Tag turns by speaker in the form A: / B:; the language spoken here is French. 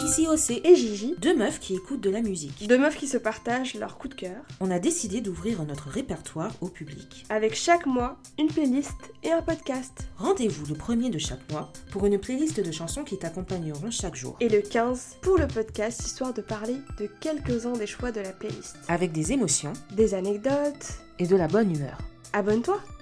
A: Sissi OC et Gigi, deux meufs qui écoutent de la musique.
B: Deux meufs qui se partagent leur coup de cœur,
A: On a décidé d'ouvrir notre répertoire au public.
B: avec chaque mois une playlist et un podcast.
A: Rendez-vous le premier de chaque mois pour une playlist de chansons qui t'accompagneront chaque jour,
B: Et le 15 pour le podcast, histoire de parler de quelques-uns des choix de la playlist.
A: avec des émotions
B: Des anecdotes.
A: et de la bonne humeur.
B: Abonne-toi